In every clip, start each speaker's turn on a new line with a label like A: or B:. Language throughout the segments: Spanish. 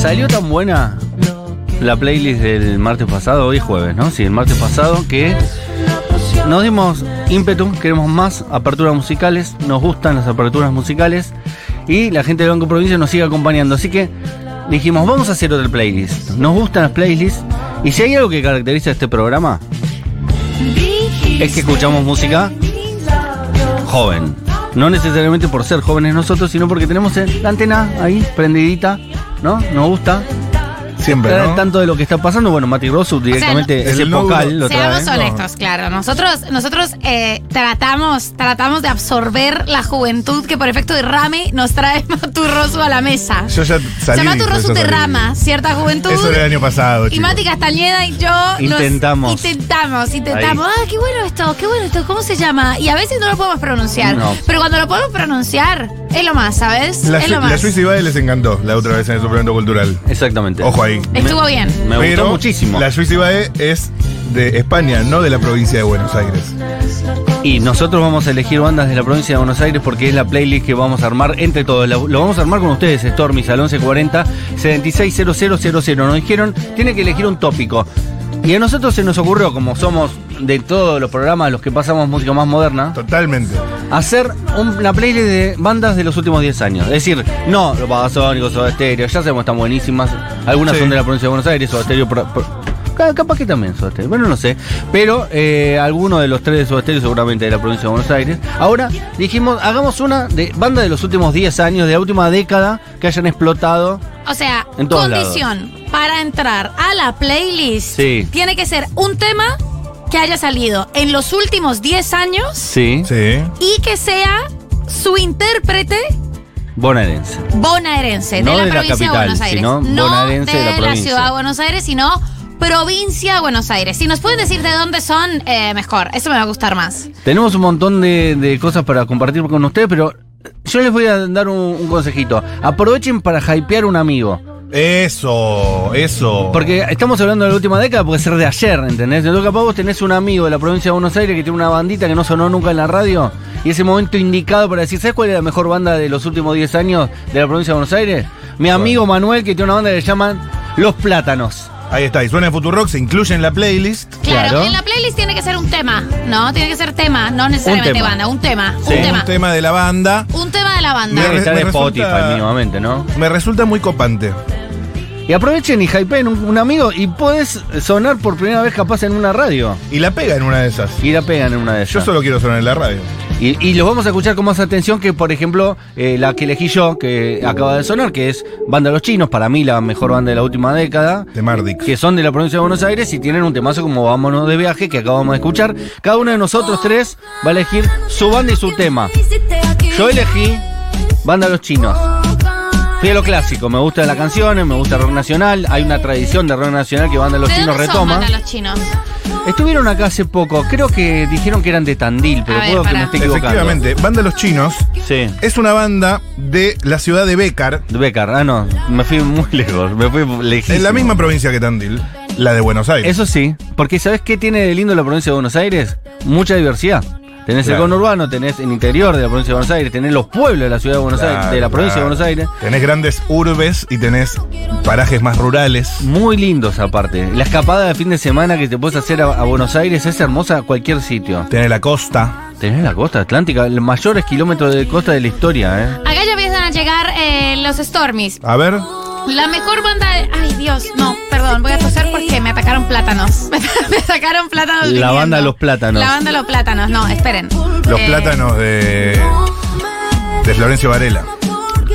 A: Salió tan buena la playlist del martes pasado, hoy es jueves, ¿no? Sí, el martes pasado que nos dimos ímpetu, queremos más aperturas musicales, nos gustan las aperturas musicales y la gente de Banco Provincia nos sigue acompañando. Así que dijimos, vamos a hacer otra playlist. Nos gustan las playlists y si hay algo que caracteriza a este programa es que escuchamos música joven. No necesariamente por ser jóvenes nosotros, sino porque tenemos la antena ahí prendidita, ¿no? Nos gusta.
B: Siempre,
A: Estar al
B: ¿no?
A: tanto de lo que está pasando, bueno, Mati Rosu directamente
B: no-
A: ese
B: el lóbulo-
A: vocal lo trae.
C: Seamos honestos, claro. Nosotros, nosotros eh, tratamos, tratamos de absorber la juventud que por efecto derrame nos trae Matu Rosu a la mesa.
B: Yo ya
C: O
B: salí.
C: sea, Matu
B: de
C: Rosu
B: esa
C: derrama cierta
B: salida.
C: juventud.
B: Eso era el año pasado.
C: Y
B: chicos.
C: Mati Castañeda y yo nos-
A: Intentamos.
C: intentamos, intentamos. Ah, qué bueno esto, qué bueno esto, ¿cómo se llama? Y a veces no lo podemos pronunciar.
A: No.
C: Pero cuando lo podemos pronunciar, es lo más, ¿sabes?
B: La,
C: es lo
B: la
C: más.
B: Suicide Valley les encantó la otra vez en el suplemento cultural.
A: Exactamente.
B: Ojo ahí.
C: Estuvo bien.
A: Me
B: Pero
A: gustó muchísimo.
B: La Suicide Valley es de España, no de la provincia de Buenos Aires.
A: Y nosotros vamos a elegir bandas de la provincia de Buenos Aires porque es la playlist que vamos a armar entre todos. Lo, lo vamos a armar con ustedes, Stormis, al 1140 760000. Nos dijeron, tiene que elegir un tópico. Y a nosotros se nos ocurrió, como somos de todos los programas los que pasamos música más moderna,
B: Totalmente.
A: hacer un- una playlist de bandas de los últimos 10 años. Es decir, no, los Pagasónicos, Soda Stereo, ya sabemos están buenísimas. Algunas
B: Sí.
A: son de la provincia de Buenos Aires, Soda Stereo. pro- pro- ca- capaz que también Soda Stereo, bueno, no sé. Pero eh, alguno de los tres de Soda Stereo seguramente de la provincia de Buenos Aires. Ahora dijimos, hagamos una de banda de los últimos 10 años, de la última década, que hayan explotado.
C: O sea,
A: En todos
C: condición para entrar a la playlist
A: Sí.
C: tiene que ser un tema que haya salido en los últimos 10 años
A: Sí.
B: Sí.
C: y que sea su intérprete
A: Bonaerense.
C: bonaerense
A: No
C: de la
A: de la
C: provincia
A: capital,
C: de Buenos Aires.
A: sino
C: no
A: bonaerense
C: de,
A: de la
C: la,
A: provincia.
C: ciudad de Buenos Aires, sino provincia de Buenos Aires. Si nos pueden decir de dónde son, eh, mejor. Eso me va a gustar más.
A: Tenemos un montón de, de cosas para compartir con ustedes, pero yo les voy a dar un, un consejito. Aprovechen para hypear un amigo.
B: Eso, eso.
A: Porque estamos hablando de la última década, puede ser de ayer, ¿entendés? Entonces capaz vos tenés un amigo de la provincia de Buenos Aires que tiene una bandita que no sonó nunca en la radio y ese momento indicado para decir, ¿sabes cuál es la mejor banda de los últimos 10 años de la provincia de Buenos Aires? Mi amigo Manuel que tiene una banda que se llaman Los Plátanos.
B: Ahí está, y suena en Futurock, se incluye en la playlist.
C: Claro,
A: Claro.
C: en la playlist tiene que ser un tema, ¿no? Tiene que ser tema, no necesariamente
A: tema.
C: banda, un tema,
A: Sí.
C: un tema.
B: Un tema de la banda.
C: Un tema de la banda.
B: Me
A: Tiene que
B: re-
A: estar en
B: resulta-
A: Spotify mínimamente, ¿no?
B: Me resulta muy copante.
A: Y aprovechen y hypeen un, un amigo y podés sonar por primera vez capaz en una radio.
B: Y la pega en una de esas.
A: Y la pegan en una de ellas.
B: Yo solo quiero sonar en la radio.
A: Y, y los vamos a escuchar con más atención que, por ejemplo, eh, la que elegí yo, que acaba de sonar, que es Banda de los Chinos, para mí la mejor banda de la última década,
B: De Mardix.
A: que son de la provincia de Buenos Aires y tienen un temazo como Vámonos de viaje, que acabamos de escuchar. Cada uno de nosotros tres va a elegir su banda y su tema. Yo elegí Banda de los Chinos. Fui a lo clásico, me gustan las canciones, me gusta el rock nacional, hay una tradición de rock nacional que Banda de los
C: ¿De
A: Chinos
C: dónde son
A: retoma.
C: banda los chinos?
A: Estuvieron acá hace poco, creo que dijeron que eran de Tandil, pero
C: A ver,
A: puedo que
C: pará.
A: me esté equivocando.
B: Efectivamente, Banda Los Chinos
A: Sí.
B: es una banda de la ciudad de Bécar,
A: Becar, ah no, me fui muy lejos, me fui lejísimo.
B: en la misma provincia que Tandil, la de Buenos Aires.
A: Eso sí, porque ¿sabes qué tiene de lindo la provincia de Buenos Aires? Mucha diversidad. Tenés
B: Claro.
A: el conurbano, tenés el interior de la provincia de Buenos Aires, tenés los pueblos de la ciudad de Buenos Aires, de la
B: Claro,
A: provincia de
B: claro.
A: Buenos Aires.
B: Tenés grandes urbes y tenés parajes más rurales.
A: Muy lindos aparte. La escapada de fin de semana que te puedes hacer a, a Buenos Aires es hermosa a cualquier sitio.
B: Tenés la costa.
A: Tenés la costa atlántica, los mayores kilómetros de costa de la historia, ¿eh?
C: Acá ya empiezan a llegar eh, los Stormies.
B: A ver,
C: La mejor banda de... Ay, Dios, no, perdón, voy a toser porque me atacaron plátanos. me sacaron plátanos.
A: La
C: viniendo.
A: banda Los Plátanos.
C: La banda Los Plátanos, no, esperen.
B: los
C: Eh,
B: plátanos de, de Florencio Varela.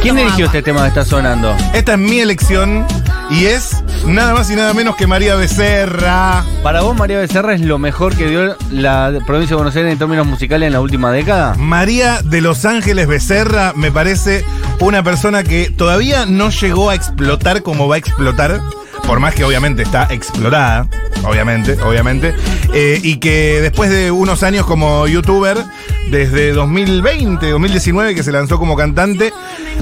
A: ¿Quién
C: Como
A: dirigió
C: agua.
A: este tema que está sonando?
B: Esta es mi elección y es nada más y nada menos que María Becerra.
A: Para vos, María Becerra, es lo mejor que dio la provincia de Buenos Aires en términos musicales en la última década.
B: María de Los Ángeles Becerra me parece una persona que todavía no llegó a explotar como va a explotar, por más que obviamente está explotada, obviamente, obviamente, eh, y que después de unos años como youtuber, desde 2020, 2019 que se lanzó como cantante,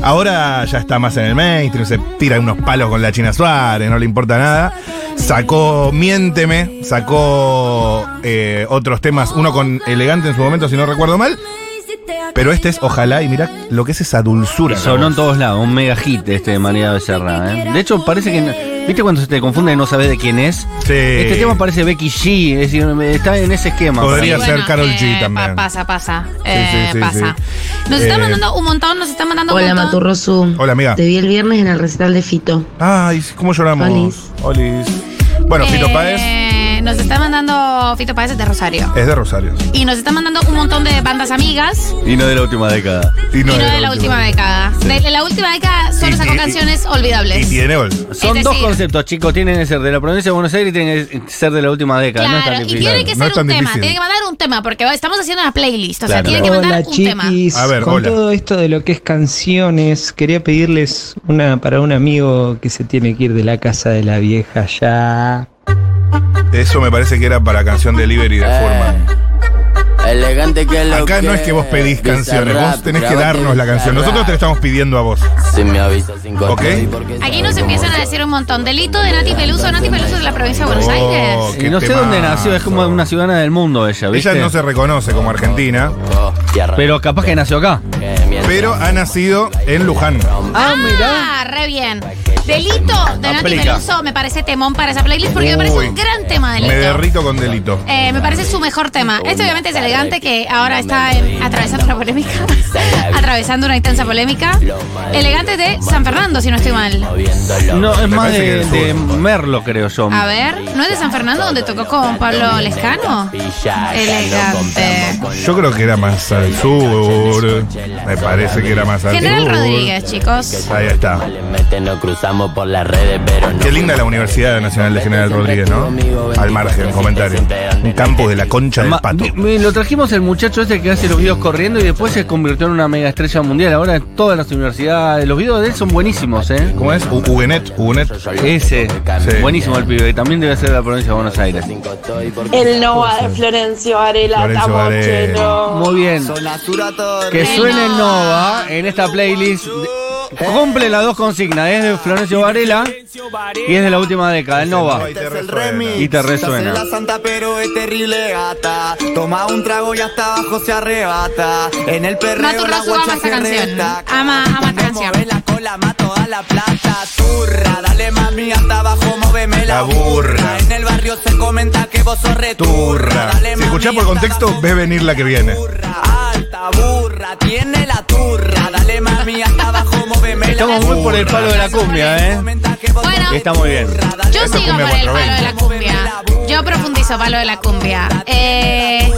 B: ahora ya está más en el mainstream, se tira unos palos con la China Suárez, no le importa nada. Sacó Miénteme, sacó eh, otros temas, uno con Elegante en su momento, si no recuerdo mal. Pero este es Ojalá y mira lo que es esa dulzura.
A: Y sonó en todos lados, un mega hit este de María Becerra. ¿eh? De hecho, parece que. ¿Viste cuando se te confunde y no sabes de quién es?
B: Sí.
A: Este tema parece Becky G, es decir, está en ese esquema.
B: Podría
A: Sí,
B: ser Karol G también.
C: eh, pasa, pasa.
B: sí,
C: eh,
B: sí,
C: pasa.
B: sí.
C: Nos
B: Eh,
C: están mandando un montón, nos están mandando
D: Hola
C: un montón.
D: Maturrosu.
B: Hola, amiga.
D: Te vi el viernes en el recital de Fito.
B: Ay, cómo lloramos.
D: Olis.
B: Olis. Bueno, Fito
C: Eh,
B: Páez
C: Nos está mandando Fito Páez es de Rosario.
B: es de Rosario.
C: Y nos está mandando un montón de bandas amigas.
A: Y no de la última década.
C: Y no, de la última década. De, de la última década solo
B: Y-
C: sacó
B: y-
C: canciones olvidables.
B: Y tiene gol.
A: Son
C: Es
A: dos
C: decir-
A: conceptos, chicos. Tienen que ser de la provincia de Buenos Aires y tienen que ser de la última década. no es tan
C: Claro, y
A: difícil.
C: tiene que
B: No
C: ser
B: es tan
C: un tema,
B: difícil.
C: tiene que mandar un tema, porque estamos haciendo una playlist, o sea,
A: Claro.
C: tiene que mandar
E: Hola
C: un tema.
E: chiquis,
B: A ver,
E: con
B: hola.
E: todo esto de lo que es canciones, quería pedirles una para un amigo que se tiene que ir de la casa de la vieja ya.
B: Eso me parece que era para canción delivery de
C: Eh.
B: Furman.
F: Eh, Elegante que lo
B: Acá no es que vos pedís canciones, vos tenés que darnos la canción. Nosotros te la estamos pidiendo a vos.
F: Si me avisas sin
B: ¿Ok?
C: Aquí nos empiezan a decir un montón. Delito de Nati Peluso, Nati Peluso es de la provincia de Buenos
B: Oh,
C: Aires.
A: Y no sé
B: qué
A: dónde nació, es como
B: temazo.
A: una ciudadana del mundo ella, ¿viste?
B: Ella no se reconoce como argentina,
A: Pero capaz que nació acá.
B: pero ha nacido en Luján.
A: Ah,
C: Ah, re bien. Delito de Nati
A: Aplica.
C: Peluso me parece temón para esa playlist porque me parece
B: Uy.
C: un gran tema
B: Me
C: delito.
B: derrito con delito.
C: Eh, me parece su mejor tema. Este obviamente es elegante que ahora está en- atravesando una polémica. atravesando una intensa polémica. Elegante de San Fernando, si no estoy mal.
A: No, es
B: Me
A: más
B: parece
A: de,
B: que
A: de
B: es
A: Merlo, creo yo.
C: A ver, ¿no es de San Fernando donde tocó con Pablo Lescano? Elegante.
B: Yo creo que era más al sur. Me parece que era más al
C: General
B: sur.
C: Rodríguez, chicos.
B: Ahí está.
F: Nos cruzamos por las redes, pero no.
B: Qué linda la Universidad Nacional de General Rodríguez, ¿no? Al margen, comentario. Un campo de la concha del
A: Ma-
B: pato.
A: mi- mi- lo trajimos el muchacho este que hace los videos corriendo y después se convirtió en una mega estrella mundial. Ahora en todas las universidades, los videos de él son buenísimos, ¿eh?
B: ¿Cómo es? U- Huguenet, Huguenet.
A: Ese,
B: Sí.
A: buenísimo el pibe, también debe ser de la provincia de Buenos Aires.
B: Eh.
G: El Nova de Florencio Varela,
B: Florencio
G: estamos
B: Varela.
G: llenos.
A: Muy bien, que
C: Nova.
A: suene el Nova en esta playlist.
B: ¿Eh?
A: De- Cumple las dos consignas, es de Florencio Varela y es de la última década, el Nova.
H: Este
B: Ahí te resuena.
A: Y te resuena.
H: Estás en la santa pero es terrible gata. Toma un trago y hasta abajo se arrebata. En el perreo la
C: Maturroso
H: guacha
C: ama esta
H: se
C: canción.
H: retaca.
C: Ama, ama esta
H: Mover
C: canción.
H: la cola, mato a la plata. Zurra, dale mami hasta abajo, móveme la,
B: La burra.
H: En el barrio se comenta que vos sos returra.
B: Turra.
H: Dale,
B: Si
H: mami,
B: escuchás por
H: hasta
B: contexto,
H: abajo,
B: ve venir la que viene.
H: Burra, alta burra, tiene la turra. Dale mami hasta abajo, móveme la
A: Estamos muy por el palo de la cumbia, ¿eh?
H: Comenta que vos sos
C: Bueno.
A: Está muy bien.
C: Yo
B: Esto es
C: sigo
B: cumbia
C: por el palo de la
B: 420.
C: cumbia. Yo profundizo palo de la cumbia. Eh,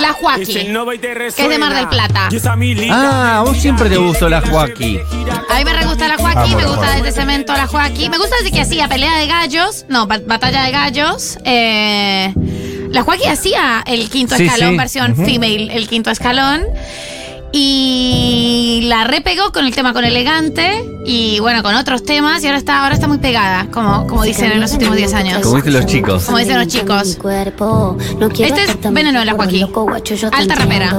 C: la Joaquí, que es de Mar del Plata.
A: Ah, vos siempre te gustó la Joaquí.
C: A mí me re gusta la
A: Ah,
C: Joaquí,
B: Amo
C: me
B: la
C: gusta
B: Joaquí.
C: desde cemento la Joaquí. Me gusta desde que hacía pelea de gallos, no, ba- batalla de gallos. Eh, la Joaquí hacía el quinto
A: Sí,
C: escalón,
A: sí.
C: versión female, el quinto escalón. Y la repegó con el tema con elegante y bueno, con otros temas. Y ahora está, ahora está muy pegada, como, como dicen en los últimos 10 años.
A: Como dicen los chicos.
C: Como dicen los chicos. Este es Veneno de la Joaquín. Alta rapera.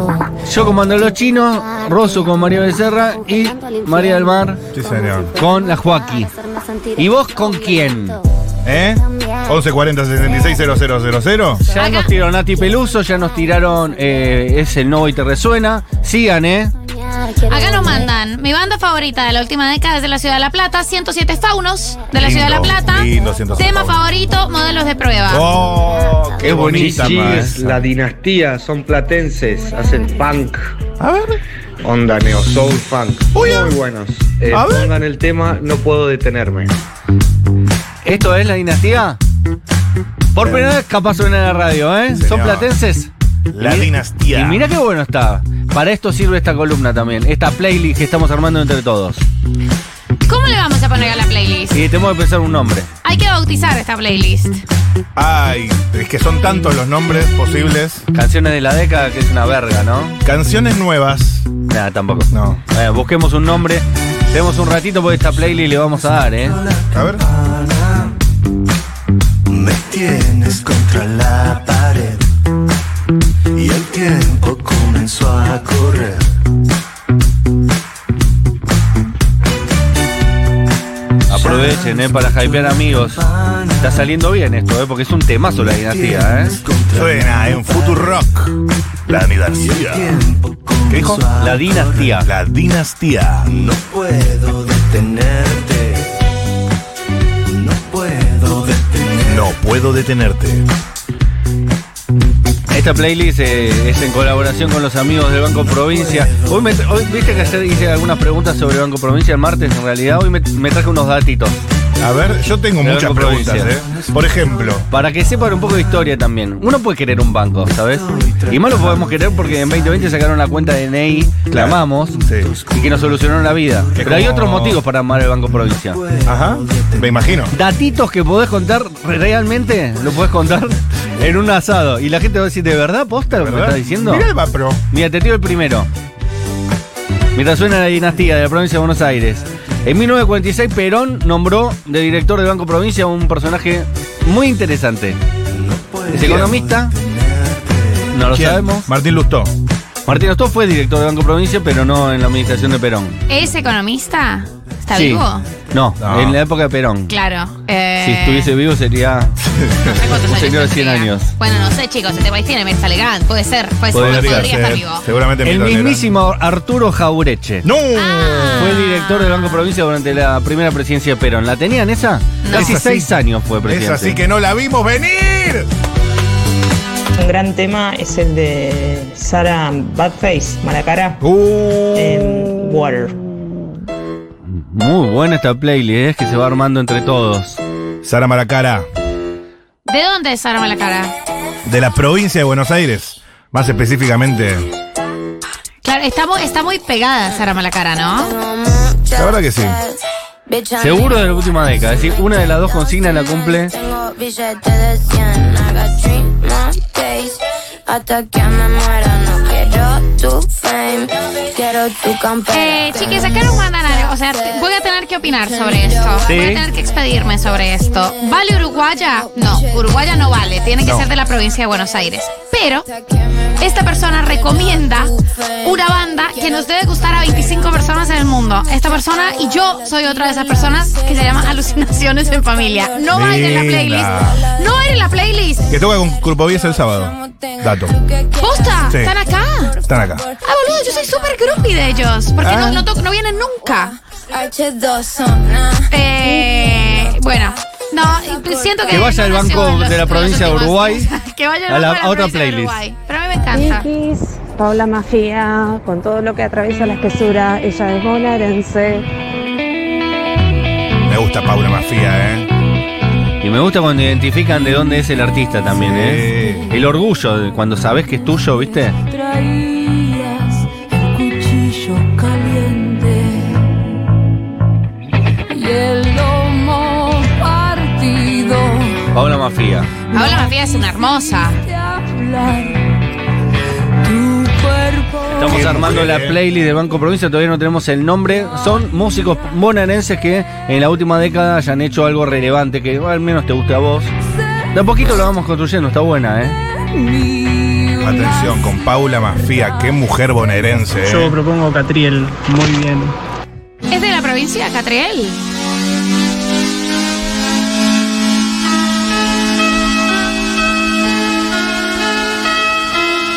A: Yo comando los chinos, Rosso con María Becerra y María del Mar
B: Sí, señor.
A: con la Joaquí. ¿Y vos con quién?
B: ¿Eh? 1140 66 000.
A: Ya
C: Acá.
A: nos tiraron Nati Peluso, ya nos tiraron eh, Es el Novo y te resuena. Sigan, ¿eh?
C: Acá nos mandan mi banda favorita de la última década es de la Ciudad de la Plata, 107 Faunos de la
B: Lindo,
C: Ciudad de la Plata.
B: lindo, 107
C: Tema
B: Faunos.
C: favorito, modelos de prueba.
B: ¡Oh! ¡Qué
A: Es
B: bonita,
A: buenísimo.
B: más!
I: La dinastía son platenses, hacen punk,
B: A ver.
I: onda neo soul funk.
B: Uy, a-
I: Muy buenos. Eh,
B: a ver.
I: pongan el tema, no puedo detenerme.
A: ¿Esto es la dinastía? Por primera vez capaz suena en la radio, ¿eh?
B: Señor.
A: Son platenses.
B: La
A: Y mi-
B: dinastía.
A: Y mira qué bueno está. Para esto sirve esta columna también, esta playlist que estamos armando entre todos.
C: ¿Cómo le vamos a poner a la playlist?
A: Y tenemos que pensar un nombre.
C: Hay que bautizar esta playlist.
B: Ay, es que son tantos los nombres posibles.
A: Canciones de la década que es una verga, ¿no?
B: Canciones nuevas.
A: Nada, tampoco.
B: No.
A: Eh, busquemos un nombre. Tenemos un ratito por esta playlist y le vamos a dar, ¿eh?
B: A ver.
J: Me tienes contra la pared y el tiempo comenzó a correr.
A: Aprovechen, eh, para hypear amigos. Está saliendo bien esto, eh, porque es un temazo la dinastía, eh.
B: Suena en Futurock. La dinastía.
A: ¿Qué dijo? La dinastía.
B: La dinastía.
J: No puedo detenerte. No puedo detenerte.
B: No puedo detenerte.
A: Esta playlist eh, es en colaboración con los amigos del Banco Provincia. Hoy, me- hoy viste que ayer hice algunas preguntas sobre Banco Provincia el martes, en realidad. Hoy me, me traje unos datitos.
B: A ver, yo tengo
A: Del
B: muchas
A: Banco
B: preguntas, ¿eh?
A: Provincia.
B: Por ejemplo,
A: Para que sepan un poco de historia también. Uno puede querer un banco, ¿sabes? Y más lo podemos querer porque en 2020 sacaron la cuenta de NI, la
B: Claro.
A: amamos,
B: Sí.
A: y que nos solucionaron la vida.
B: Que
A: Pero hay
B: como-
A: otros motivos para amar el Banco Provincia.
B: ajá, me imagino.
A: Datitos que podés contar realmente, lo podés contar en un asado. Y la gente va a decir, ¿de verdad, posta lo que me
B: ¿verdad?
A: estás diciendo?
B: Mirá el Vapro.
A: Mira, te tiro el primero. Mientras suena la dinastía de la provincia de Buenos Aires. En 1946 Perón nombró de director del Banco Provincia a un personaje muy interesante. Es economista. No lo
B: ¿Quién?
A: sabemos.
B: Martín Lustó.
A: Martín Ostó fue director del Banco Provincia, pero no en la administración de Perón.
C: ¿Es economista? ¿Está
A: Sí.
C: vivo?
A: No,
B: No.
A: en la época de Perón.
C: Claro. eh,
A: Si estuviese vivo sería...
C: no sé cuántos
A: un
C: años
A: señor de
C: tendría.
A: 100 años.
C: Bueno, no sé, chicos. Este país tiene mesa elegante. Puede ser. Puede ser.
A: Podría
C: podría eh,
B: ser,
C: estar vivo.
B: Seguramente
A: El
B: Miltonera.
A: mismísimo Arturo Jaureche.
B: ¡No!
C: Ah.
A: Fue director del Banco Provincia durante la primera presidencia de Perón. ¿La tenían esa?
C: No.
A: Casi
B: Es así.
A: seis años fue
B: es
A: presidente.
B: así que no la vimos venir.
K: Un gran tema es el de Sara Badface, Malacara,
B: Uh.
K: en Water.
A: Muy buena esta playlist, ¿eh? que se va armando entre todos.
B: Sara Maracara,
C: ¿De dónde es Sara Malacara?
B: de la provincia de Buenos Aires. Más específicamente.
C: Claro, está, mu- está muy pegada Sara Malacara, ¿no?
B: La verdad que sí.
A: Seguro de la última década, es decir, una de las dos consignas la cumple.
C: Eh, chiquis, acá nos mandan algo. O sea, te- voy a tener que opinar sobre esto.
A: Sí.
C: Voy a tener que expedirme sobre esto. ¿Vale Uruguaya? No, Uruguaya no vale. Tiene que ser de la provincia de Buenos Aires. Pero esta persona recomienda una banda que nos debe gustar a 25 personas en el mundo. Esta persona y yo soy otra de esas personas que se llama Alucinaciones en Familia. No bailen la playlist.
B: Linda.
C: No bailen la playlist.
B: Que toca con Culpovies el sábado. Dato.
C: ¡Posta!
B: Sí.
C: ¿Están acá?
B: Están acá.
C: Ah, boludo, yo soy súper groupie de ellos. Porque
B: Ah.
C: no, no, to- no vienen nunca. ah. Eh, bueno, no, y pues siento que.
A: Que vaya
C: no
A: al
C: nació
A: banco
C: en
A: de
C: los-
A: la
C: en los
A: provincia de
C: últimos-
A: Uruguay
C: que vaya al
A: a la-
C: banco de
A: a otra
C: provincia de
A: playlist.
C: Uruguay, Pero a mí me encanta.
L: Paula Mafia, con todo lo que atraviesa la espesura, ella es bonaerense.
B: Me gusta Paula Mafia, ¿eh?
A: Y me gusta cuando identifican de dónde es el artista también, ¿eh? El orgullo, de cuando sabes que es tuyo, ¿viste?
M: Traías el cuchillo caliente y el lomo partido.
A: Paola Mafia.
C: Paola Mafia es una hermosa.
M: De hablar tu cuerpo.
A: Estamos
B: Qué
A: armando
B: mujer,
A: la
B: eh.
A: playlist de Banco Provincia, todavía no tenemos el nombre. Son músicos bonaerenses que en la última década hayan hecho algo relevante que al menos te guste a vos. De a poquito lo vamos construyendo, está buena, ¿eh?
B: Atención, con Paula Mafia. Qué mujer bonaerense, ¿eh?
N: Yo propongo Catriel, muy bien.
C: Es de la provincia, Catriel.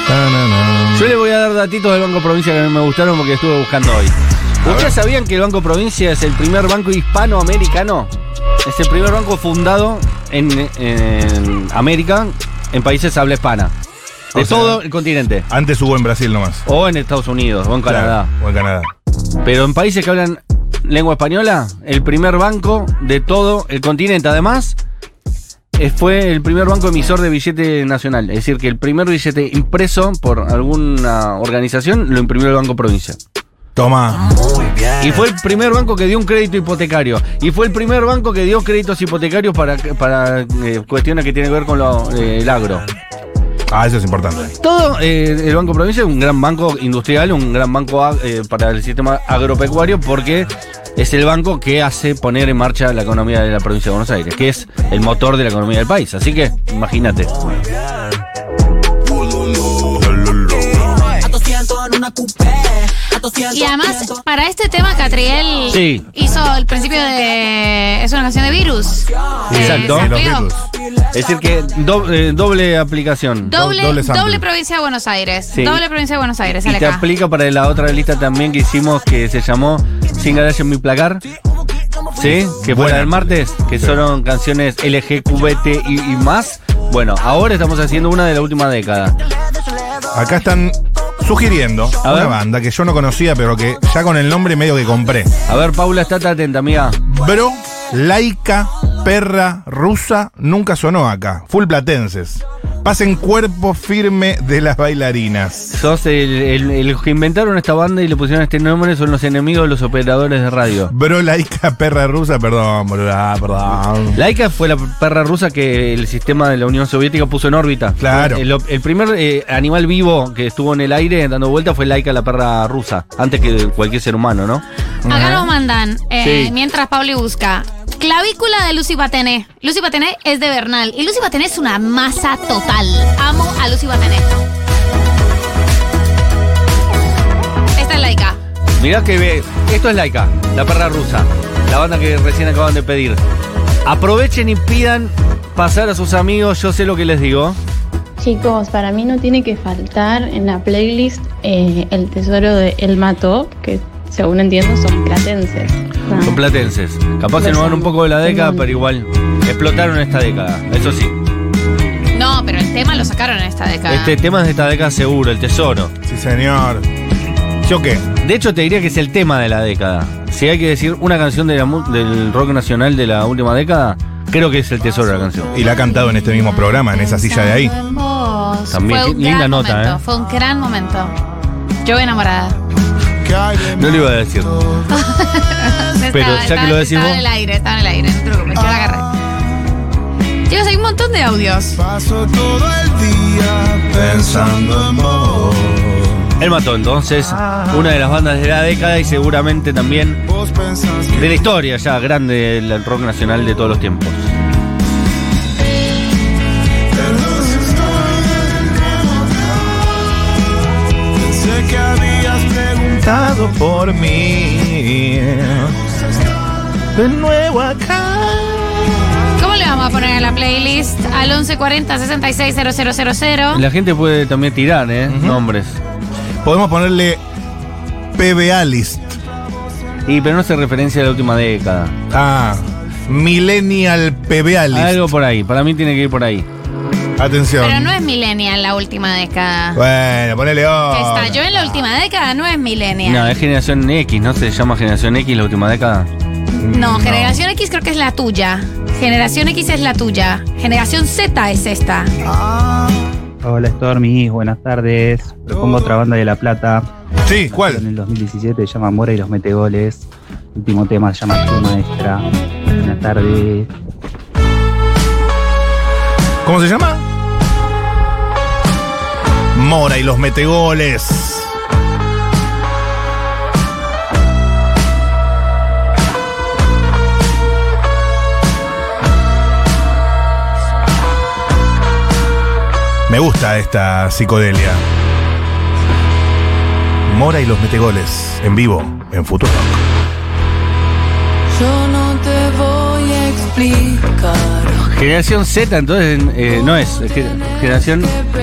B: Na, na, na.
A: Yo le voy a dar datitos del Banco Provincia que a mí me gustaron porque estuve buscando hoy. ¿Ustedes sabían que el Banco Provincia es el primer banco hispanoamericano? Es el primer banco fundado en, en América, en países habla hispana. De
B: O sea,
A: todo el continente.
B: Antes hubo en Brasil nomás.
A: O en Estados Unidos, o en Canadá.
B: Claro, O en Canadá.
A: Pero en países que hablan lengua española, el primer banco de todo el continente. Además, eh, fue el primer banco emisor de billete nacional. Es decir, que el primer billete impreso por alguna organización lo imprimió el Banco Provincia.
B: Toma.
A: Y fue el primer banco que dio un crédito hipotecario. Y fue el primer banco que dio créditos hipotecarios para, para eh, cuestiones que tienen que ver con lo, eh, el agro.
B: Ah, eso es importante.
A: Todo eh, el Banco Provincia es un gran banco industrial, un gran banco ag- eh, para el sistema agropecuario, porque es el banco que hace poner en marcha la economía de la provincia de Buenos Aires, que es el motor de la economía del país. Así que, imagínate.
H: A 200 en una coupé, a
C: Y además, para este tema, Catriel
A: Sí.
C: hizo el principio de. Es una canción de virus. Eh,
A: Exacto.
C: amplió.
A: Es decir, que do- eh, doble aplicación.
C: Doble, doble,
A: sample.
C: provincia de Buenos Aires.
A: Sí.
C: Doble provincia de Buenos Aires,
A: Y
C: sale
A: te
C: acá.
A: aplica para la otra lista también que hicimos que se llamó Sin Garage en mi placar. ¿Sí? Que fue la del martes, que son canciones LGQBT y, y más. Bueno, ahora estamos haciendo una de la última década.
B: Acá están sugiriendo
A: A
B: una
A: ver.
B: banda que yo no conocía, pero que ya con el nombre medio que compré.
A: A ver, Paula, estate atenta, amiga.
B: Bro, laica, perra, rusa, nunca sonó acá. Full platenses. Pasen cuerpo firme de las bailarinas.
A: Sos el, el- el que inventaron esta banda y le pusieron este nombre, son los enemigos de los operadores de radio.
B: Bro, laica, perra rusa, perdón, boluda, perdón.
A: Laika fue la perra rusa que el sistema de la Unión Soviética puso en órbita.
B: Claro.
A: El, el primer eh, animal vivo que estuvo en el aire dando vuelta fue Laika, la perra rusa, antes que cualquier ser humano, ¿no?
C: Acá nos mandan, eh,
A: Sí.
C: mientras Pauli busca. Clavícula de Lucy Patené. Lucy Patené es de Bernal. Y Lucy Patené es una masa total. Amo a Lucy Patené. Esta es laica.
A: Mirá que ve, esto es Laika, la perra rusa, la banda que recién acaban de pedir. Aprovechen y pidan pasar a sus amigos, yo sé lo que les digo.
O: Chicos, para mí no tiene que faltar en la playlist eh, el tesoro de El Mató, que según entiendo son platenses. Ah,
A: Son platenses. Capaz se nos van un poco de la década, pero igual explotaron esta década, eso sí.
C: No, pero el tema lo sacaron en esta década.
A: Este tema es de esta década seguro, el tesoro.
B: Sí, señor. ¿Yo qué?
A: De hecho, te diría que es el tema de la década. Si hay que decir una canción de la mu- del rock nacional de la última década, creo que es el tesoro de la canción.
B: Y la ha cantado en este mismo programa, en esa silla de ahí.
C: Vos.
A: También,
C: Fue un
A: qué linda
C: gran
A: nota,
C: momento,
A: ¿eh?
C: Fue un gran momento. Yo enamorada.
A: No le iba a decir. Pero ya que lo decís
C: estaba
A: vos.
C: en el aire, estaba en el aire, no te preocupes, yo la agarré. Chicos, hay un montón de audios.
B: Pensando en vos.
A: El Mató, entonces, una de las bandas de la década y seguramente también de la historia ya grande del rock nacional de todos los tiempos.
J: Sé que habías
B: Preguntado por mí. De nuevo acá.
C: ¿Cómo le vamos a poner a la playlist al 1140 660000?
A: La gente puede también tirar, ¿eh? Nombres.
B: Podemos ponerle PBA list.
A: Y pero no hace referencia a la última década.
B: Ah, Millennial PBA list.
A: Algo por ahí, para mí tiene que ir por ahí.
C: Pero
B: Atención.
C: no es millennial la última década.
B: Bueno, ponele
C: Que
B: oh.
C: estalló en la última década no es millennial.
A: No, es generación X, ¿no? Se llama generación X la última década.
C: No, generación X creo que es la tuya. Generación X es la tuya. Generación Z es esta.
P: Hola Stormy, buenas tardes. Propongo otra banda de La Plata.
B: Sí, ¿cuál?
P: En el 2017 se llama Mora y los Metegoles. Último tema se llama Tu Maestra. Buenas tardes.
B: ¿Cómo se llama? Mora y los metegoles. Me gusta esta psicodelia. Mora y los metegoles, en vivo, en futuro.
M: Yo no te voy a explicar.
A: Generación Z, entonces, eh, no es. es que- generación.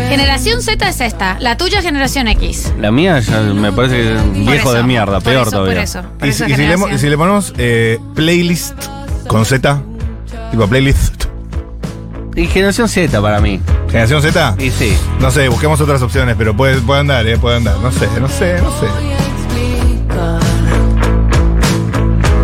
C: Generación Z es esta. La tuya es generación X.
A: La mía ya me parece que es viejo de mierda,
C: por
A: peor
C: eso,
A: todavía.
C: Por eso, por
B: Y, si-
C: eso
B: y si le,
C: generación.
B: y si le ponemos eh, playlist con Z, tipo playlist.
A: Y generación Z para mí.
B: ¿Generación Z?
A: Y sí.
B: No sé, busquemos otras opciones, pero puede, puede andar, eh, puede andar. No sé, no sé, no sé.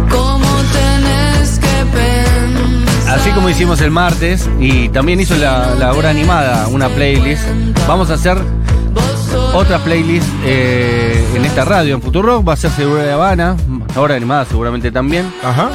M: ¿Cómo tenés que pensar?
A: Así como hicimos el martes y también hizo la, la hora animada una playlist, vamos a hacer otra playlist eh, en esta radio, en Futurock, va a ser Seguro de Habana, hora animada seguramente también.
B: Ajá.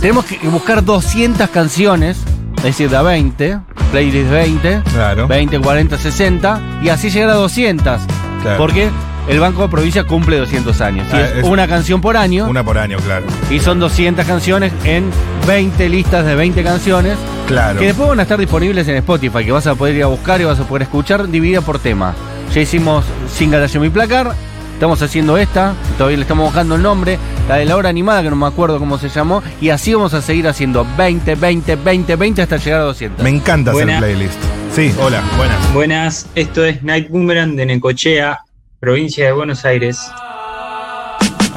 A: Tenemos que buscar 200 canciones, es decir, de a 20, playlist 20,
B: Claro.
A: 20, 40, 60, y así llegar a 200.
B: Claro.
A: Porque el Banco de Provincia cumple 200 años. y
B: Ah,
A: es
B: es-
A: una canción por año.
B: Una por año, claro.
A: Y son 200 canciones en 20 listas de 20 canciones.
B: Claro.
A: Que después van a estar disponibles en Spotify, que vas a poder ir a buscar y vas a poder escuchar dividida por tema. Ya hicimos Sin Garage en mi placar, Estamos haciendo esta, todavía le estamos buscando el nombre, la de la hora animada, que no me acuerdo cómo se llamó, y así vamos a seguir haciendo 20, 20, 20, 20 hasta llegar a 200.
B: Me encanta
A: Buena.
B: hacer playlist. Sí, hola, buenas.
I: Buenas, esto es Night Boomerang de Necochea, provincia de Buenos Aires.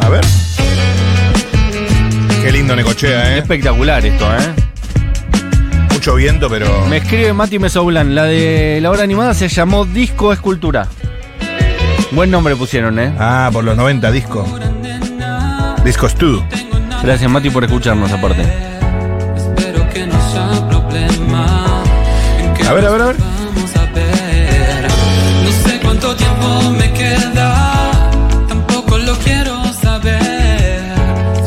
B: A ver. Qué lindo Necochea, ¿eh?
A: Espectacular esto, ¿eh?
B: Mucho viento, pero.
A: Me escribe Mati Mesoulan, la de la hora animada se llamó Disco Escultura. Buen nombre pusieron, ¿eh?
B: Ah, por los 90, disco. Discos 2.
A: Gracias Mati por escucharnos aparte.
M: Espero que no sea problema. en que
B: A ver, a ver, a
M: nos
B: ver.
M: Vamos a ver. No sé cuánto tiempo me queda. Tampoco lo quiero saber.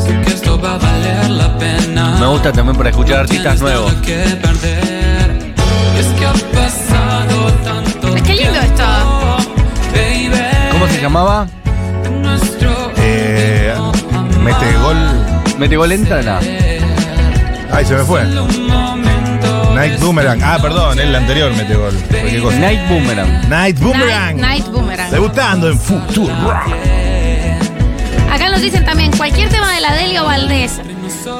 M: Sé que esto va a valer la pena.
A: Me gusta también para escuchar artistas nuevos.
M: Nada que perder. Es que ha pasado tanto
C: Qué lindo esto.
M: baby.
A: ¿Cómo se llamaba?
M: Nuestro
B: Eh, mete gol.
A: Metegol entra.
B: Ay, se me fue. Night Boomerang. Ah, perdón, el anterior mete gol. Cualquier cosa.
A: Night Boomerang.
B: Night Boomerang.
C: Night, Night Boomerang.
B: Debutando en Futuro.
C: Acá nos dicen también cualquier tema de la Delio Valdés.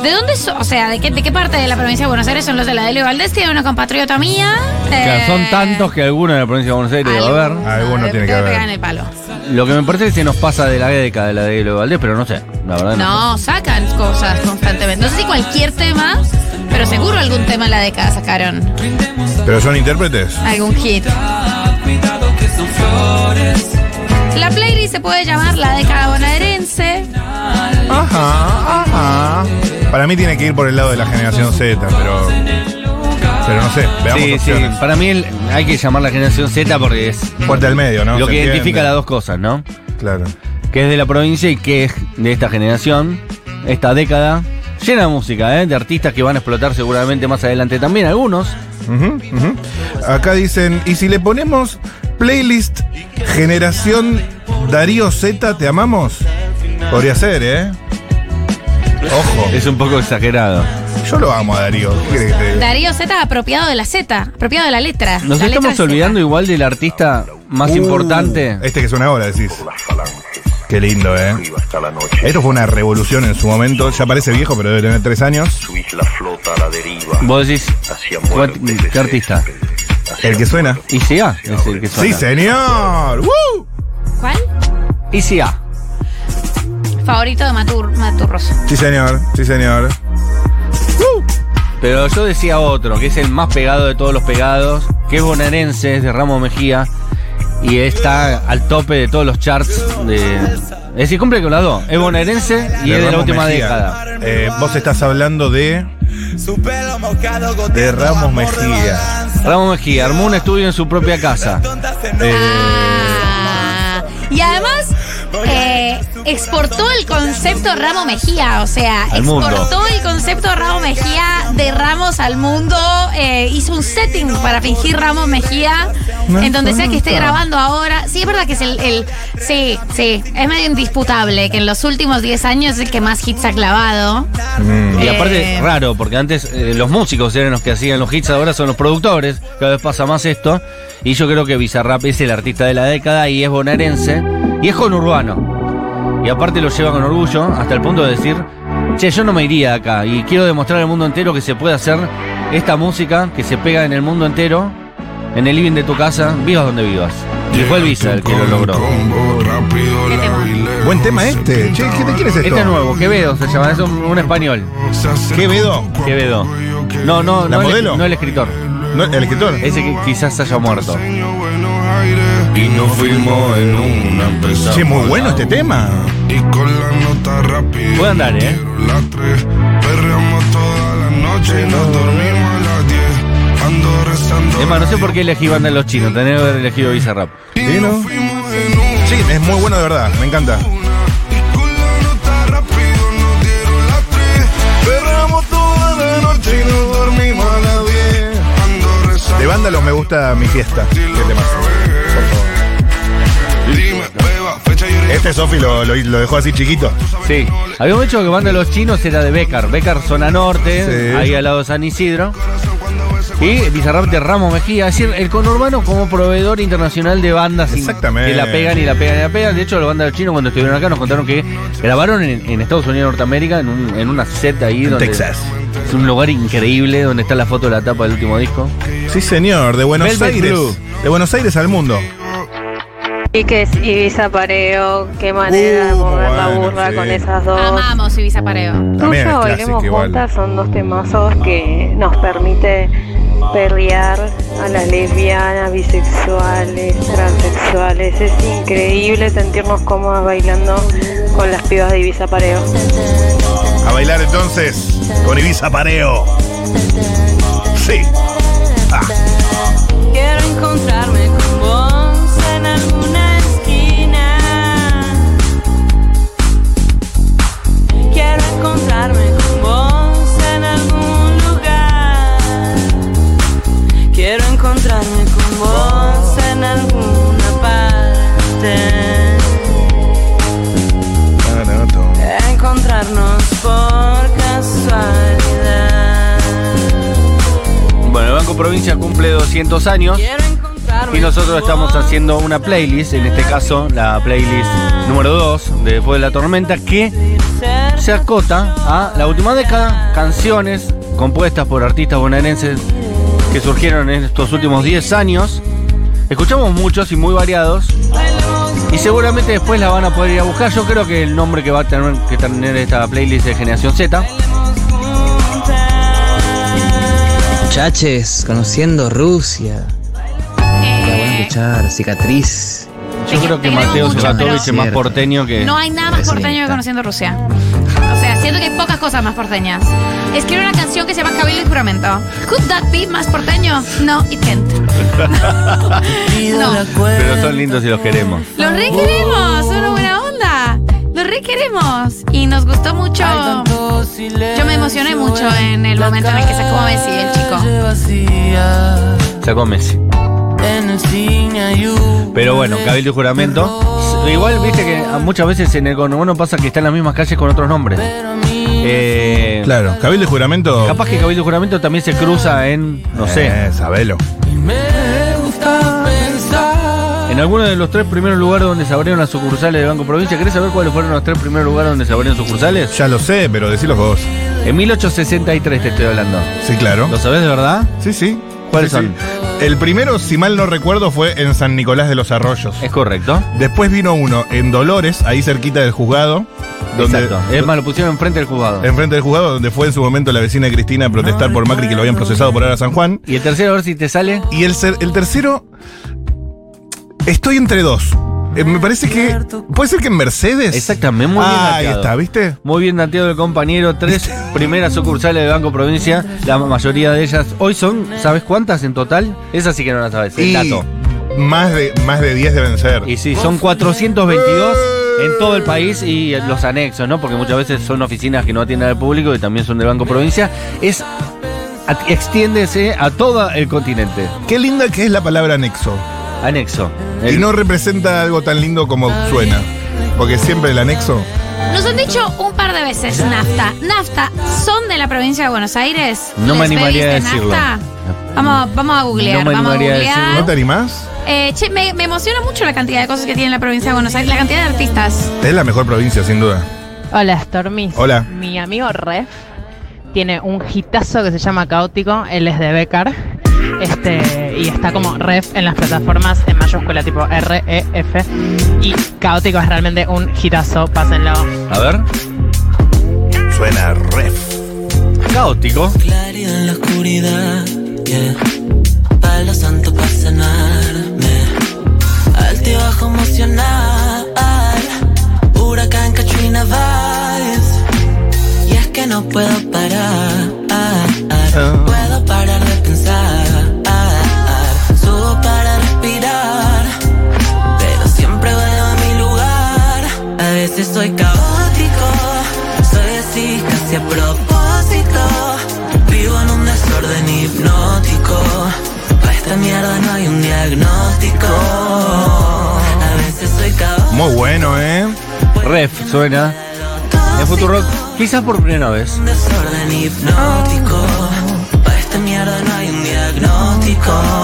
C: ¿De dónde son? O sea, ¿de qué, ¿de qué parte de la provincia de Buenos Aires son los de la Delio Valdés? Tiene una compatriota mía.
A: O sea,
C: eh,
A: son tantos que alguno en la provincia de Buenos Aires debe
C: Alguno.
A: haber.
B: Alguno tiene que
C: debe pegar en
B: haber.
C: el palo.
A: Lo que me parece es que se nos pasa de la década de la de Leo Valdés, pero no sé. La verdad no.
C: No, sacan cosas constantemente. No sé si cualquier tema, pero seguro algún tema en la década sacaron.
B: Pero son intérpretes.
C: Algún hit.
M: cuidado que son flores.
C: La playlist se puede llamar la década bonaerense.
B: Ajá, ajá. Para mí tiene que ir por el lado de la generación Z, pero. Pero no sé, veamos
A: Sí, sí.
B: opciones.
A: Para mí el- hay que llamar la generación Z porque es
B: Fuerte al medio, ¿no?
A: lo
B: Se
A: que
B: entiende.
A: identifica las dos cosas, ¿no?
B: Claro.
A: Que es de la provincia y que es de esta generación, esta década. Llena de música, ¿eh? De artistas que van a explotar seguramente más adelante también, algunos.
B: Ujú, ujú. Acá dicen, y si le ponemos playlist Generación Darío Z, ¿te amamos? Podría ser, ¿eh? Ojo,
A: Es un poco exagerado.
B: yo lo amo a Darío. ¿Qué querés que te diga?
C: Darío Z apropiado de la Z, apropiado de la letra.
A: Nos
C: La letra
A: estamos
C: Z.
A: olvidando igual del artista más
B: Uh,
A: importante.
B: Este que suena ahora, decís. Qué lindo, ¿eh? Esto fue una revolución en su momento. Ya parece viejo, pero debe tener tres años.
A: Vos decís, ¿cuál- ¿qué artista?
B: El que suena.
A: Y sea, es el que suena.
B: ¡Sí, señor! ¡Woo!
C: ¿Cuál?
A: Y sea.
C: Favorito de Matur, Maturros.
B: Sí, señor. Sí, señor.
A: Pero yo decía otro, que es el más pegado de todos los pegados, que es bonaerense, es de Ramos Mejía, y está al tope de todos los charts. De... Es decir, cumple con las dos. Es bonaerense y es de la
B: Ramos
A: última
B: Mejía.
A: década.
B: Eh, vos estás hablando de. De Ramos Mejía.
A: Ramos Mejía armó un estudio en su propia casa.
B: Eh,
C: Ah, y además eh, exportó el concepto Ramo Mejía, o sea,
A: Al mundo.
C: exportó el concepto Ramo Mejía de Ramos al mundo, eh, hizo un setting para fingir Ramos Mejía, en donde sea que esté grabando ahora. Sí, es verdad que es el, el- sí, sí, es medio indisputable que en los últimos 10 años es el que más hits ha clavado.
B: mm,
A: Y aparte,
C: Eh.
A: raro, porque antes eh, los músicos eran los que hacían los hits, ahora son los productores. Cada vez pasa más esto. Y yo creo que Bizarrap es el artista de la década y es bonaerense y es conurbano. Y aparte lo lleva con orgullo hasta el punto de decir, che, yo no me iría de acá y quiero demostrar al mundo entero que se puede hacer esta música que se pega en el mundo entero, en el living de tu casa, vivas donde vivas. Y fue el Visa el que lo logró.
C: ¿Qué
O: Este
C: tema?
B: Buen tema este. Che, ¿qué, ¿quién es esto?
A: Este es nuevo, Quevedo se llama, es un, un español.
B: Quevedo.
A: Quevedo. No, no,
B: ¿La
A: no, el,
B: modelo?
A: no el escritor.
B: No, el escritor.
A: Ese que quizás haya muerto.
J: Y nos fuimos en una empezamos
B: Che, muy bueno este tema.
J: Y con la nota rápida
A: Puede andar, ¿eh?
J: las tres Perreamos toda la noche y nos dormimos a las 10 Ando rezando
A: Es más, no sé por qué elegí banda de los chinos, tenés que haber elegido Bizarrap.
B: Sí, ¿no? Sí, es muy bueno de verdad. Me encanta.
J: Con la nota rápido nos dieron las 3 Perreamos toda la noche y nos dormimos a las 10 Ando rezando
B: De banda los me gusta mi fiesta. Qué temazo.
J: Dime, beba, fecha y hora
B: Este Sofi lo, lo- lo dejó así chiquito.
A: Sí. Habíamos dicho que banda de los chinos era de Becar. Becar, zona norte,
B: Sí.
A: ahí al lado de San Isidro. Y Bizarrap de Ramos Mejía, es decir, el conurbano como proveedor internacional de bandas in-
B: Exactamente.
A: que la pegan y la pegan y la pegan. De hecho, la banda de chino cuando estuvieron acá nos contaron que grabaron en, en Estados Unidos, Norteamérica, en, un- en una set ahí
B: En
A: donde
B: Texas.
A: es un lugar increíble donde está la foto de la tapa del último disco.
B: Sí, señor, de Buenos
A: Velvet
B: Aires.
A: Blue.
B: De Buenos Aires al mundo.
L: Y que es Ibiza Pareo, qué manera de mover la
B: Uh, bueno,
L: burra
B: sí.
L: con esas dos.
C: Amamos Ibiza Pareo.
B: También es
L: Tuyo,
B: clásico
L: bailemos
B: igual.
L: juntas, son dos temazos que nos permite perrear a las lesbianas, bisexuales, transexuales. Es increíble sentirnos cómodas bailando con las pibas de Ibiza Pareo.
B: A bailar entonces con Ibiza Pareo. Sí.
Q: Quiero encontrarme con vos en alguna esquina. Quiero encontrarme con vos en algún lugar. Quiero encontrarme con vos en alguna parte. Encontrarnos por casualidad.
A: Bueno, el Banco Provincia cumple 200 años y nosotros estamos haciendo una playlist, en este caso la playlist número 2 de Después de la Tormenta, que se acota a la última década, canciones compuestas por artistas bonaerenses que surgieron en estos últimos 10 años. Escuchamos muchos y muy variados. Y seguramente después la van a poder ir a buscar. Yo creo que el nombre que va a tener que tener esta playlist es Generación Z.
R: Chaches, conociendo Rusia. La van
C: Eh,
R: a escuchar, cicatriz.
A: Yo creo que
C: Te creo
A: Mateo
C: mucho,
A: Serratovich es
C: pero-
A: más porteño que.
C: No hay nada más porteño que conociendo Rusia. O sea, siento que hay pocas cosas más porteñas. Escribe una canción que se llama Cabildo y Juramento. ¿Could that be más porteño? No, it can't. No.
A: Pero son lindos y los queremos.
C: Los re queremos, son una buena onda. Los re queremos. Y nos gustó mucho. Yo me emocioné mucho en el momento en el que sacó a Messi el chico.
A: Sacó Messi.
Q: En el cine hay un
A: Pero bueno, Cabildo y Juramento. Igual viste que muchas veces en el conurbano pasa que está en las mismas calles con otros nombres. Eh,
B: Claro, Cabildo y Juramento.
A: Capaz que Cabildo y Juramento también se cruza en, no sé,
B: Eh, sabelo.
Q: Me gusta pensar.
A: en alguno de los tres primeros lugares donde se abrieron las sucursales de Banco Provincia. ¿Querés saber cuáles fueron los tres primeros lugares donde se abrieron sucursales?
B: Ya lo sé, pero decilos vos.
A: En 1863 te estoy hablando.
B: Sí, claro. ¿Lo
A: sabés de verdad?
B: Sí, sí.
A: ¿Cuáles
B: Sí, sí.
A: son?
B: El primero, si mal no recuerdo, fue en San Nicolás de los Arroyos.
A: Es correcto.
B: Después vino uno en Dolores, ahí cerquita del juzgado. Donde,
A: Exacto. Es más, lo pusieron enfrente del juzgado.
B: Enfrente del juzgado, donde fue en su momento la vecina Cristina a protestar por Macri que lo habían procesado por ahora San Juan.
A: Y el tercero, a ver si te sale.
B: Y el, cer- el tercero, estoy entre dos. Eh, me parece que. ¿Puede ser que en Mercedes?
A: Exactamente, muy bien
B: Ah, ahí
A: dateado.
B: está, ¿viste?
A: Muy bien dateado el compañero. Tres primeras sucursales de Banco Provincia. La mayoría de ellas hoy son, ¿sabes cuántas en total? Esa sí que no la sabes. El
B: Y
A: dato.
B: Más de, más de 10 deben ser.
A: Y sí, son 422 en todo el país y los anexos, ¿no? Porque muchas veces son oficinas que no atienden al público y también son del Banco Provincia. Es. a- Extiéndese a todo el continente.
B: Qué linda que es la palabra anexo.
A: Anexo.
B: Y no representa algo tan lindo como suena. Porque siempre el anexo.
C: Nos han dicho un par de veces nafta. Nafta, ¿son de la provincia de Buenos Aires?
A: No me
C: ¿Les
A: animaría
C: pediste
A: a decirlo.
C: nafta? Vamos, vamos a googlear,
A: No me
C: vamos a
A: animaría a
C: googlear.
A: decirlo.
B: ¿No te animás?
C: Eh, che, me, me emociona mucho la cantidad de cosas que tiene la provincia de Buenos Aires, la cantidad de artistas.
B: Es la mejor provincia, sin duda.
S: Hola, Stormis.
B: Hola.
S: Mi amigo Ref tiene un hitazo que se llama Caótico. Él es de Becar. Este, y está como Ref en las plataformas en mayúscula, tipo R-E-F. Y Caótico es realmente un hitazo. Pásenlo.
A: A ver.
B: Suena ref.
A: Caótico.
M: Claridad en la oscuridad, yeah. Palo santo para sanarme. Altibajo emocional. Huracán Katrina vibes. Y es que no puedo parar. Puedo parar de pensar. Subo para respirar. Pero siempre vuelvo a mi lugar. A veces soy caótico. Soy así casi a propósito. Vivo en un desorden hipnótico. Pa' esta mierda no hay un diagnóstico. A veces soy caótico.
B: Muy bueno, ¿eh?
A: Ref suena. En Futurock, quizás por primera vez.
M: un desorden hipnótico. Pa' esta mierda no hay un diagnóstico.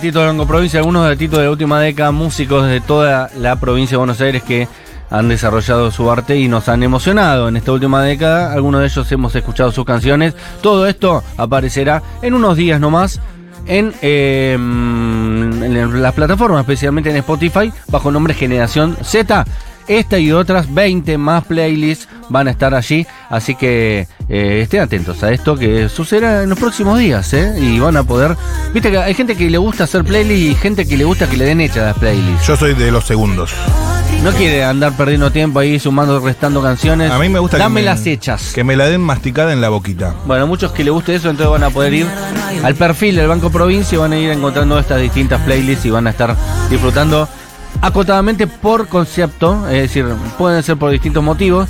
A: Tito de Longo Provincia, algunos de Tito de última década, músicos de toda la provincia de Buenos Aires que han desarrollado su arte y nos han emocionado en esta última década. Algunos de ellos hemos escuchado sus canciones. Todo esto aparecerá en unos días nomás en, eh, en las plataformas, especialmente en Spotify, bajo el nombre Generación Z. Esta y otras 20 más playlists van a estar allí, así que eh, estén atentos a esto que sucederá en los próximos días, ¿eh? Y van a poder... Viste que hay gente que le gusta hacer playlists y gente que le gusta que le den hechas las playlists.
B: Yo soy de los segundos.
A: No quiere andar perdiendo tiempo ahí sumando, restando canciones.
B: A mí me gusta
A: Dame
B: que me,
A: las hechas.
B: Que me la den masticada en la boquita.
A: Bueno, muchos que le guste eso, entonces van a poder ir al perfil del Banco Provincia y van a ir encontrando estas distintas playlists y van a estar disfrutando acotadamente por concepto, es decir, pueden ser por distintos motivos.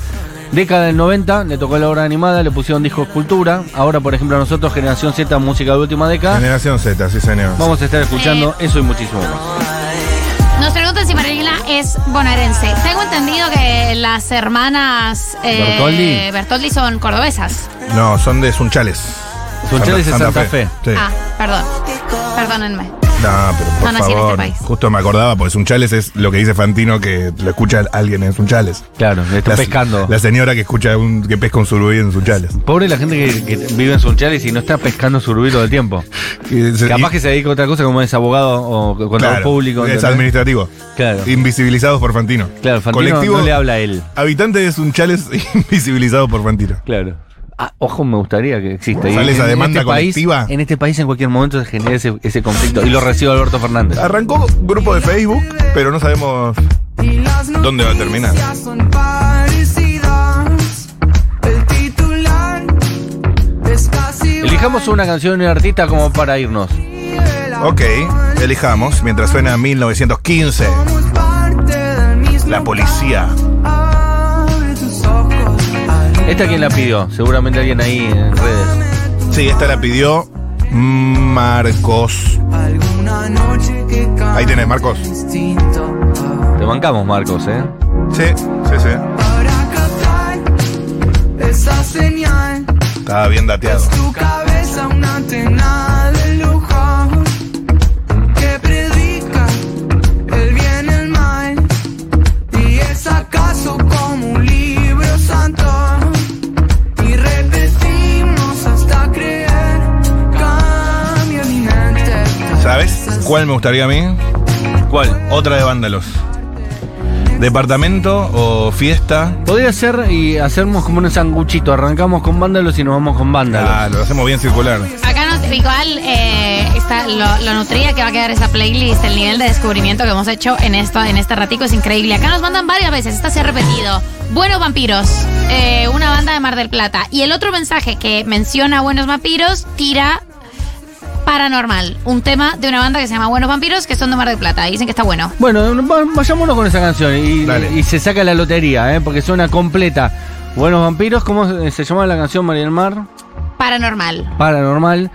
A: Década del 90, le tocó la obra animada, le pusieron disco cultura. Ahora, por ejemplo, nosotros, Generación Z, música de última década,
B: Generación Z, sí señor.
A: vamos a estar escuchando eso y muchísimo más.
C: Nos preguntan si Mariela es bonaerense. Tengo entendido que las hermanas eh,
B: Bertoldi.
C: Bertoldi son cordobesas.
B: No, son de Sunchales.
A: Sunchales de Santa Fe.
B: Sí.
C: Ah, perdón. Perdónenme.
B: No, pero por
C: No nací en
B: favor.
C: este país.
B: Justo me acordaba, porque Sunchales es lo que dice Fantino que lo escucha alguien en Sunchales.
A: Claro, le está
B: La-
A: pescando.
B: La señora que escucha un, que pesca un surubí en Sunchales.
A: Pobre la gente que, que vive en Sunchales y no está pescando surubí todo el tiempo.
B: Y se-
A: Capaz
B: y-
A: que se dedica a otra cosa como es abogado o contador
B: claro,
A: público.
B: Es
A: ¿entendés?
B: administrativo.
A: Claro.
B: Invisibilizados por Fantino.
A: Claro, Fantino
B: Colectivo
A: no le habla a él.
B: habitante de Sunchales invisibilizados por Fantino.
A: Claro. Ah, ojo, me gustaría que exista. Y
B: Sale esa
A: en
B: demanda
A: este país-
B: colectiva.
A: en este país en cualquier momento se genera ese, ese conflicto. Y lo recibe Alberto Fernández.
B: Arrancó grupo de Facebook, pero no sabemos dónde va a terminar.
Q: Son parecidas. El titular es casi
A: Elijamos una canción y un artista como para irnos.
B: Ok, elijamos mientras suena 1915.
Q: parte del mismo.
B: La policía.
Q: Abre tus ojos.
A: ¿Esta quién la pidió? Seguramente alguien ahí en redes.
B: Sí, esta la pidió Marcos.
Q: Alguna noche que cambia
B: Ahí tenés, Marcos.
Q: el instinto.
A: Te bancamos, Marcos, ¿eh?
B: Sí, sí, sí.
Q: Para captar esa señal.
B: Estaba bien dateado.
Q: Tu cabeza una antena de lujo que predica el bien, el mal. Y es acaso como un libro santo. Y repetimos hasta creer. Cambia mi mente.
B: ¿Sabes cuál me gustaría a mí?
A: ¿Cuál?
B: Otra de vándalos. Departamento o fiesta.
A: Podría ser y hacemos como un sanguchito. Arrancamos con vándalos y nos vamos con vándalos.
B: Ah, lo hacemos bien circular.
C: Acá nos igual eh, está lo, lo nutrida que va a quedar esa playlist, el nivel de descubrimiento que hemos hecho en esto, en este ratico es increíble. Acá nos mandan varias veces, esta se ha repetido. Buenos vampiros, eh, una banda de Mar del Plata. Y el otro mensaje que menciona Buenos Vampiros tira Paranormal, un tema de una banda que se llama Buenos Vampiros, que son de Mar del Plata. y Dicen que está bueno.
A: Bueno, va- vayámonos con esa canción y,
B: Dale.
A: y se saca la lotería, ¿eh? porque suena completa. Buenos vampiros, ¿cómo se se llama la canción María del Mar?
C: Paranormal.
A: Paranormal.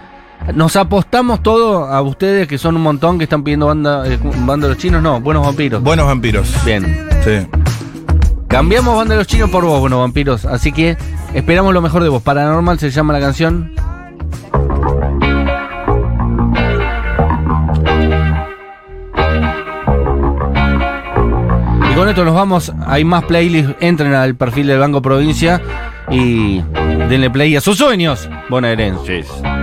A: Nos apostamos todo a ustedes que son un montón que están pidiendo banda, eh, banda de los chinos, no, buenos vampiros.
B: Buenos vampiros.
A: Bien.
B: Sí.
A: Cambiamos banda de los chinos por vos, buenos vampiros. Así que esperamos lo mejor de vos. Paranormal se llama la canción. Y con esto nos vamos. Hay más playlists. Entren al perfil del Banco Provincia y denle play a sus sueños bonaerenses.